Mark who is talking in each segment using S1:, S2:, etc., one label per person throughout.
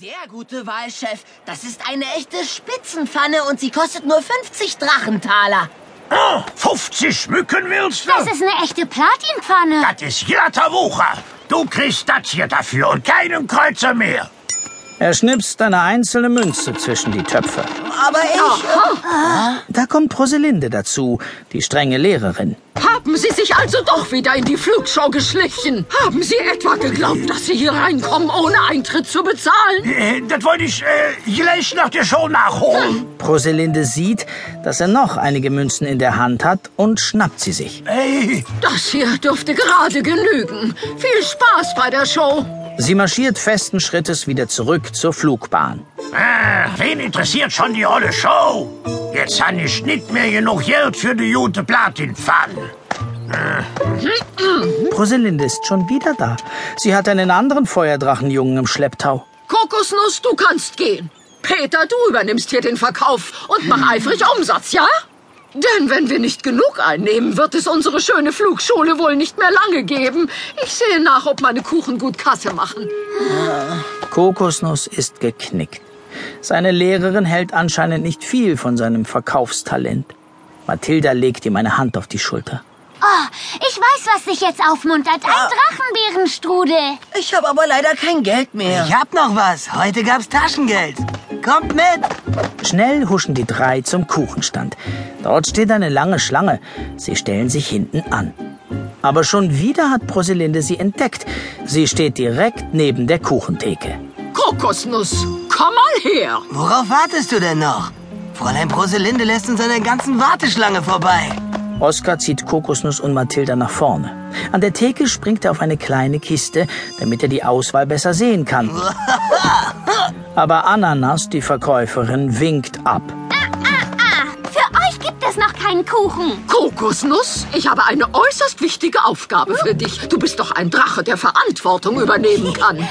S1: Sehr gute Wahl, Chef. Das ist eine echte Spitzenpfanne und sie kostet nur 50 Drachentaler.
S2: Oh, 50 Mücken willst du?
S3: Das ist eine echte Platinpfanne.
S2: Das ist glatter Wucher. Du kriegst das hier dafür und keinen Kreuzer mehr.
S4: Er schnipst eine einzelne Münze zwischen die Töpfe.
S1: Aber ich. äh,
S4: Da kommt Roselinde dazu, die strenge Lehrerin.
S5: Haben Sie sich also doch wieder in die Flugshow geschlichen? Haben Sie etwa geglaubt, dass Sie hier reinkommen, ohne Eintritt zu bezahlen?
S2: Äh, Das wollte ich äh, gleich nach der Show nachholen.
S4: Roselinde sieht, dass er noch einige Münzen in der Hand hat und schnappt sie sich.
S2: Ey,
S5: Das hier dürfte gerade genügen. Viel Spaß bei der Show.
S4: Sie marschiert festen Schrittes wieder zurück zur Flugbahn.
S2: äh, wen interessiert schon die olle Show? Jetzt han ich nicht mehr genug Geld für die gute Platinpfanne.
S4: Roselinde ist schon wieder da. Sie hat einen anderen Feuerdrachenjungen im Schlepptau.
S5: Kokosnuss, du kannst gehen. Peter, du übernimmst hier den Verkauf und mach eifrig Umsatz, ja? Denn wenn wir nicht genug einnehmen, wird es unsere schöne Flugschule wohl nicht mehr lange geben. Ich sehe nach, ob meine Kuchen gut Kasse machen.
S4: Kokosnuss ist geknickt. Seine Lehrerin hält anscheinend nicht viel von seinem Verkaufstalent. Mathilda legt ihm eine Hand auf die Schulter.
S3: Oh, ich weiß, was dich jetzt aufmuntert. Ein
S6: Ah.
S3: Drachenbeerenstrudel.
S1: Ich habe aber leider kein Geld mehr.
S6: Ich hab noch was. Heute gab's Taschengeld. Kommt mit.
S4: Schnell huschen die drei zum Kuchenstand. Dort steht eine lange Schlange. Sie stellen sich hinten an. Aber schon wieder hat Proselinde sie entdeckt. Sie steht direkt neben der Kuchentheke.
S5: Kokosnuss, komm mal her.
S6: Worauf wartest du denn
S1: Oh,
S6: noch? Fräulein Proselinde lässt uns an der ganzen Warteschlange vorbei.
S4: Oskar zieht Kokosnuss und Mathilda nach vorne. An der Theke springt er auf eine kleine Kiste, damit er die Auswahl besser sehen kann. Aber Ananas, die Verkäuferin, winkt ab.
S3: Ah, für euch gibt es noch keinen Kuchen.
S5: Kokosnuss, ich habe eine äußerst wichtige Aufgabe für dich. Du bist doch ein Drache, der Verantwortung übernehmen kann.
S3: Und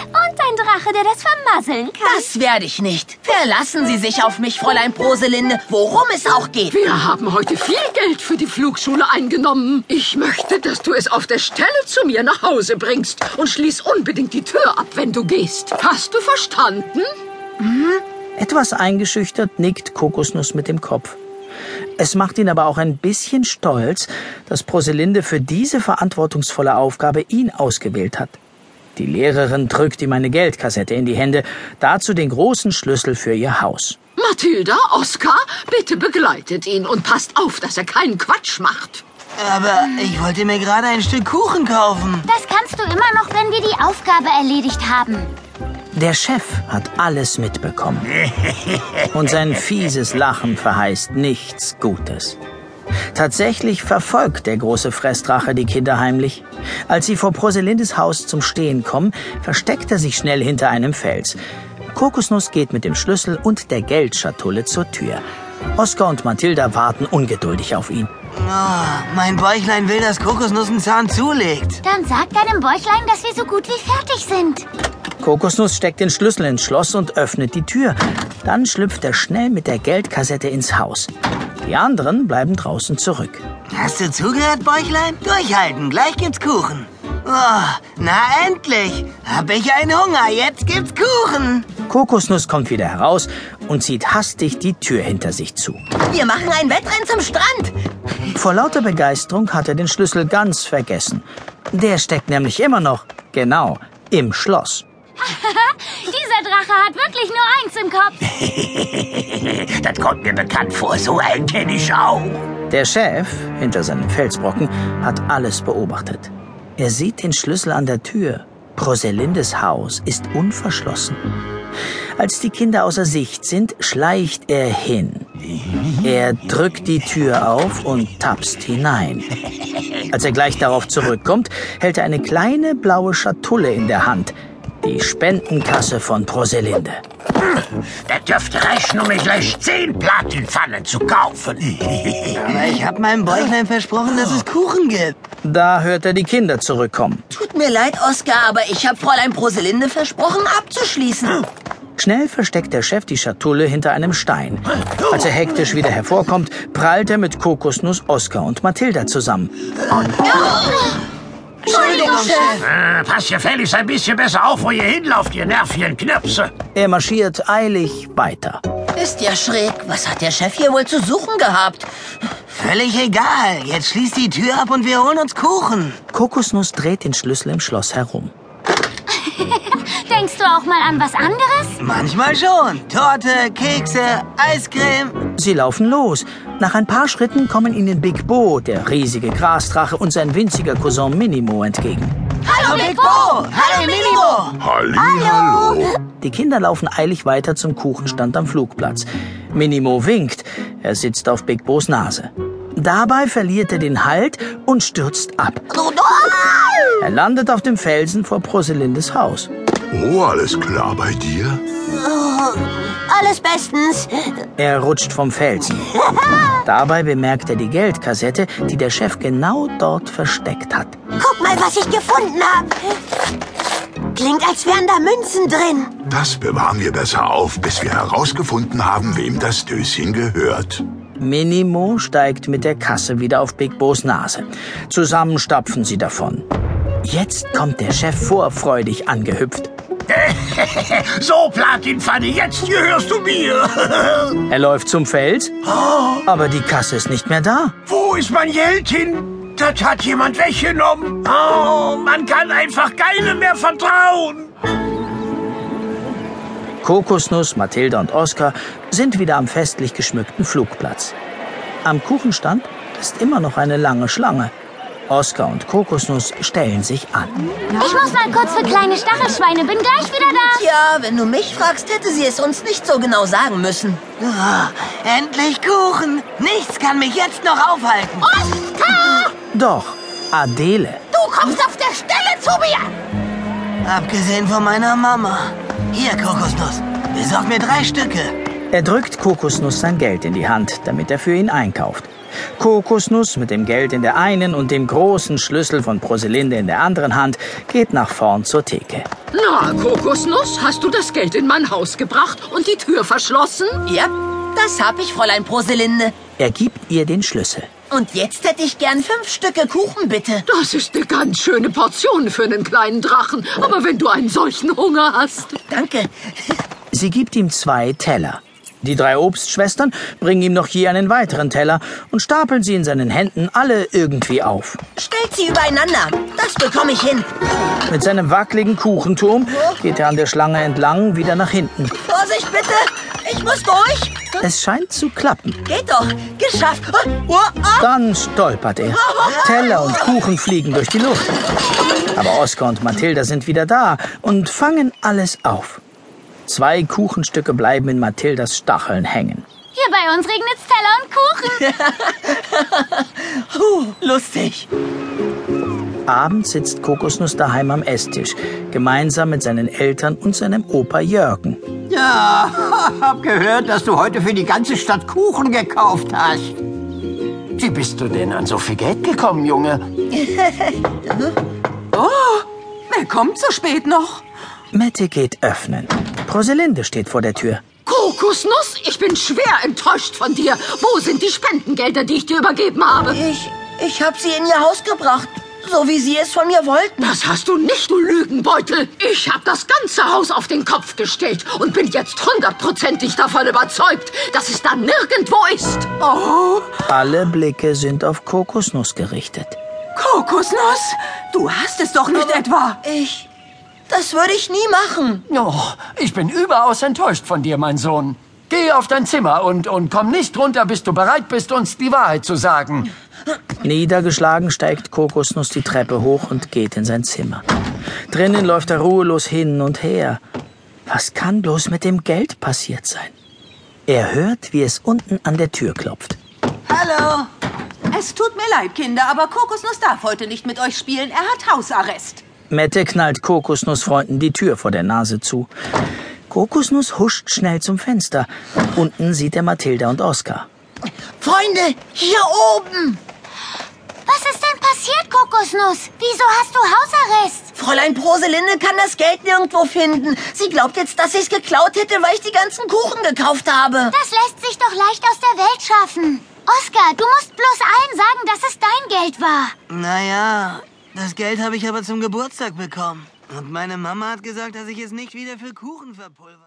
S3: ein Drache, der das vermasseln kann.
S1: Das werde ich nicht. Verlassen Sie sich auf mich, Fräulein Proselinde, worum es auch geht.
S5: Wir haben heute viel Geld für die Flugschule eingenommen. Ich möchte, dass du es auf der Stelle zu mir nach Hause bringst und schließ unbedingt die Tür ab, wenn du gehst. Hast du verstanden?
S4: Etwas eingeschüchtert nickt Kokosnuss mit dem Kopf. Es macht ihn aber auch ein bisschen stolz, dass Proselinde für diese verantwortungsvolle Aufgabe ihn ausgewählt hat. Die Lehrerin drückt ihm eine Geldkassette in die Hände, dazu den großen Schlüssel für ihr Haus.
S5: Mathilda, Oskar, bitte begleitet ihn und passt auf, dass er keinen Quatsch macht.
S6: Aber ich wollte mir gerade ein Stück Kuchen kaufen.
S3: Das kannst du immer noch, wenn wir die Aufgabe erledigt haben.
S4: Der Chef hat alles mitbekommen. Und sein fieses Lachen verheißt nichts Gutes. Tatsächlich verfolgt der große Fressdrache die Kinder heimlich. Als sie vor Proselindes Haus zum Stehen kommen, versteckt er sich schnell hinter einem Fels. Kokosnuss geht mit dem Schlüssel und der Geldschatulle zur Tür. Oskar und Mathilda warten ungeduldig auf ihn.
S6: Ah, mein Bäuchlein will, dass Kokosnuss einen Zahn zulegt.
S3: Dann sag deinem Bäuchlein, dass wir so gut wie fertig sind.
S4: Kokosnuss steckt den Schlüssel ins Schloss und öffnet die Tür. Dann schlüpft er schnell mit der Geldkassette ins Haus. Die anderen bleiben draußen zurück.
S6: Hast du zugehört, Bäuchlein? Durchhalten, gleich gibt's Kuchen. Oh, na endlich. Hab ich einen Hunger. Jetzt gibt's Kuchen.
S4: Kokosnuss kommt wieder heraus und zieht hastig die Tür hinter sich zu.
S1: Wir machen ein Wettrennen zum Strand.
S4: Vor lauter Begeisterung hat er den Schlüssel ganz vergessen. Der steckt nämlich immer noch, genau, im Schloss.
S3: Dieser Drache hat wirklich nur eins im Kopf.
S2: Das kommt mir bekannt vor. So einen kenne ich auch.
S4: Der Chef, hinter seinem Felsbrocken, hat alles beobachtet. Er sieht den Schlüssel an der Tür. Proselindes Haus ist unverschlossen. Als die Kinder außer Sicht sind, schleicht er hin. Er drückt die Tür auf und tapst hinein. Als er gleich darauf zurückkommt, hält er eine kleine blaue Schatulle in der Hand. Die Spendenkasse von Proselinde.
S2: Das dürfte reichen, um mir gleich zehn Platinpfannen zu kaufen.
S6: Aber ich hab meinem Bäuchlein versprochen, dass es Kuchen gibt.
S4: Da hört er die Kinder zurückkommen.
S1: Tut mir leid, Oskar, aber ich habe Fräulein Proselinde versprochen, abzuschließen.
S4: Schnell versteckt der Chef die Schatulle hinter einem Stein. Als er hektisch wieder hervorkommt, prallt er mit Kokosnuss Oskar und Mathilda zusammen.
S6: Entschuldigung, Chef.
S2: Äh, passt gefälligst ein bisschen besser auf, wo ihr hinlauft, ihr nervigen Knirpse.
S4: Er marschiert eilig weiter.
S1: Ist ja schräg. Was hat der Chef hier wohl zu suchen gehabt?
S6: Völlig egal. Jetzt schließt die Tür ab und wir holen uns Kuchen.
S4: Kokosnuss dreht den Schlüssel im Schloss herum.
S3: Denkst du auch mal an was anderes?
S6: Manchmal schon. Torte, Kekse, Eiscreme.
S4: Sie laufen los. Nach ein paar Schritten kommen ihnen Big Bo, der riesige Grasdrache, und sein winziger Cousin Minimo entgegen.
S6: Hallo, Big Bo. Hallo, Minimo.
S7: Hallihallo.
S4: Die Kinder laufen eilig weiter zum Kuchenstand am Flugplatz. Minimo winkt. Er sitzt auf Big Bos Nase. Dabei verliert er den Halt und stürzt ab. Er landet auf dem Felsen vor Proselindes Haus.
S7: Oh, alles klar bei dir?
S1: Alles bestens.
S4: Er rutscht vom Felsen. Dabei bemerkt er die Geldkassette, die der Chef genau dort versteckt hat.
S1: Guck mal, was ich gefunden habe. Klingt, als wären da Münzen drin.
S7: Das bewahren wir besser auf, bis wir herausgefunden haben, wem das Döschen gehört.
S4: Minimo steigt mit der Kasse wieder auf Big Bos Nase. Zusammen stapfen sie davon. Jetzt kommt der Chef vorfreudig angehüpft.
S2: So, Platinpfanne, jetzt gehörst du mir.
S4: Er läuft zum Fels, aber die Kasse ist nicht mehr da.
S2: Wo ist mein Geld hin? Das hat jemand weggenommen. Oh, man kann einfach keine mehr vertrauen.
S4: Kokosnuss, Mathilda und Oskar sind wieder am festlich geschmückten Flugplatz. Am Kuchenstand ist immer noch eine lange Schlange. Oskar und Kokosnuss stellen sich an.
S3: Ich muss mal kurz für kleine Stachelschweine, bin gleich wieder da.
S1: Tja, wenn du mich fragst, hätte sie es uns nicht so genau sagen müssen.
S6: Ah, endlich Kuchen. Nichts kann mich jetzt noch aufhalten.
S4: Doch, Adele
S1: Du kommst auf der Stelle zu mir.
S6: Abgesehen von meiner Mama. Hier, Kokosnuss. Besorg mir drei Stücke.
S4: Er drückt Kokosnuss sein Geld in die Hand, damit er für ihn einkauft. Kokosnuss mit dem Geld in der einen und dem großen Schlüssel von Proselinde in der anderen Hand geht nach vorn zur Theke.
S5: Na, Kokosnuss, hast du das Geld in mein Haus gebracht und die Tür verschlossen?
S1: Ja, das hab ich, Fräulein Proselinde.
S4: Er gibt ihr den Schlüssel.
S1: Und jetzt hätte ich gern fünf Stücke Kuchen, bitte.
S5: Das ist eine ganz schöne Portion für einen kleinen Drachen. Aber wenn du einen solchen Hunger hast.
S1: Danke.
S4: Sie gibt ihm zwei Teller. Die drei Obstschwestern bringen ihm noch je einen weiteren Teller und stapeln sie in seinen Händen alle irgendwie auf.
S1: Stellt sie übereinander. Das bekomme ich hin.
S4: Mit seinem wackeligen Kuchenturm geht er an der Schlange entlang wieder nach hinten.
S1: Vorsicht, bitte. Ich muss durch.
S4: Es scheint zu klappen.
S1: Geht doch. Geschafft. Oh, oh, ah.
S4: Dann stolpert er. Teller und Kuchen fliegen durch die Luft. Aber Oskar und Mathilda sind wieder da und fangen alles auf. Zwei Kuchenstücke bleiben in Mathildas Stacheln hängen.
S3: Hier bei uns regnet's Teller und Kuchen.
S1: Puh, lustig.
S4: Abends sitzt Kokosnuss daheim am Esstisch, gemeinsam mit seinen Eltern und seinem Opa Jürgen.
S8: Ja, hab gehört, dass du heute für die ganze Stadt Kuchen gekauft hast.
S9: Wie bist du denn an so viel Geld gekommen, Junge?
S5: Wer kommt so spät noch?
S4: Mette geht öffnen. Proselinde steht vor der Tür.
S5: Kokosnuss, ich bin schwer enttäuscht von dir. Wo sind die Spendengelder, die ich dir übergeben habe?
S1: Ich, ich hab sie in ihr Haus gebracht. So wie sie es von mir wollten.
S5: Das hast du nicht, du Lügenbeutel. Ich habe das ganze Haus auf den Kopf gestellt und bin jetzt hundertprozentig davon überzeugt, dass es da nirgendwo ist.
S10: Oh,
S4: Alle Blicke sind auf Kokosnuss gerichtet.
S10: Kokosnuss, du hast es doch nicht etwa.
S1: Ich. Das würde ich nie machen.
S9: Och, ich bin überaus enttäuscht von dir, mein Sohn.
S5: Ähm,
S9: Geh auf dein Zimmer und, und komm nicht runter, bis du bereit bist, uns die Wahrheit zu sagen.
S4: Niedergeschlagen steigt Kokosnuss die Treppe hoch und geht in sein Zimmer. Drinnen läuft er ruhelos hin und her. Was kann bloß mit dem Geld passiert sein? Er hört, wie es unten an der Tür klopft.
S6: Hallo.
S10: Es tut mir leid, Kinder, aber Kokosnuss darf heute nicht mit euch spielen. Er hat Hausarrest.
S4: Mette knallt Kokosnussfreunden die Tür vor der Nase zu. Kokosnuss huscht schnell zum Fenster. Unten sieht er Mathilda und Oskar.
S1: Freunde, hier oben.
S3: Was ist denn passiert, Kokosnuss? Wieso hast du Hausarrest?
S1: Fräulein Proselinde kann das Geld nirgendwo finden. Sie glaubt jetzt, dass ich es geklaut hätte, weil ich die ganzen Kuchen gekauft habe.
S3: Das lässt sich doch leicht aus der Welt schaffen. Oskar, du musst bloß allen sagen, dass es dein Geld war.
S6: Naja, Das Geld habe ich aber zum Geburtstag bekommen. Und meine Mama hat gesagt, dass ich es nicht wieder für Kuchen verpulver.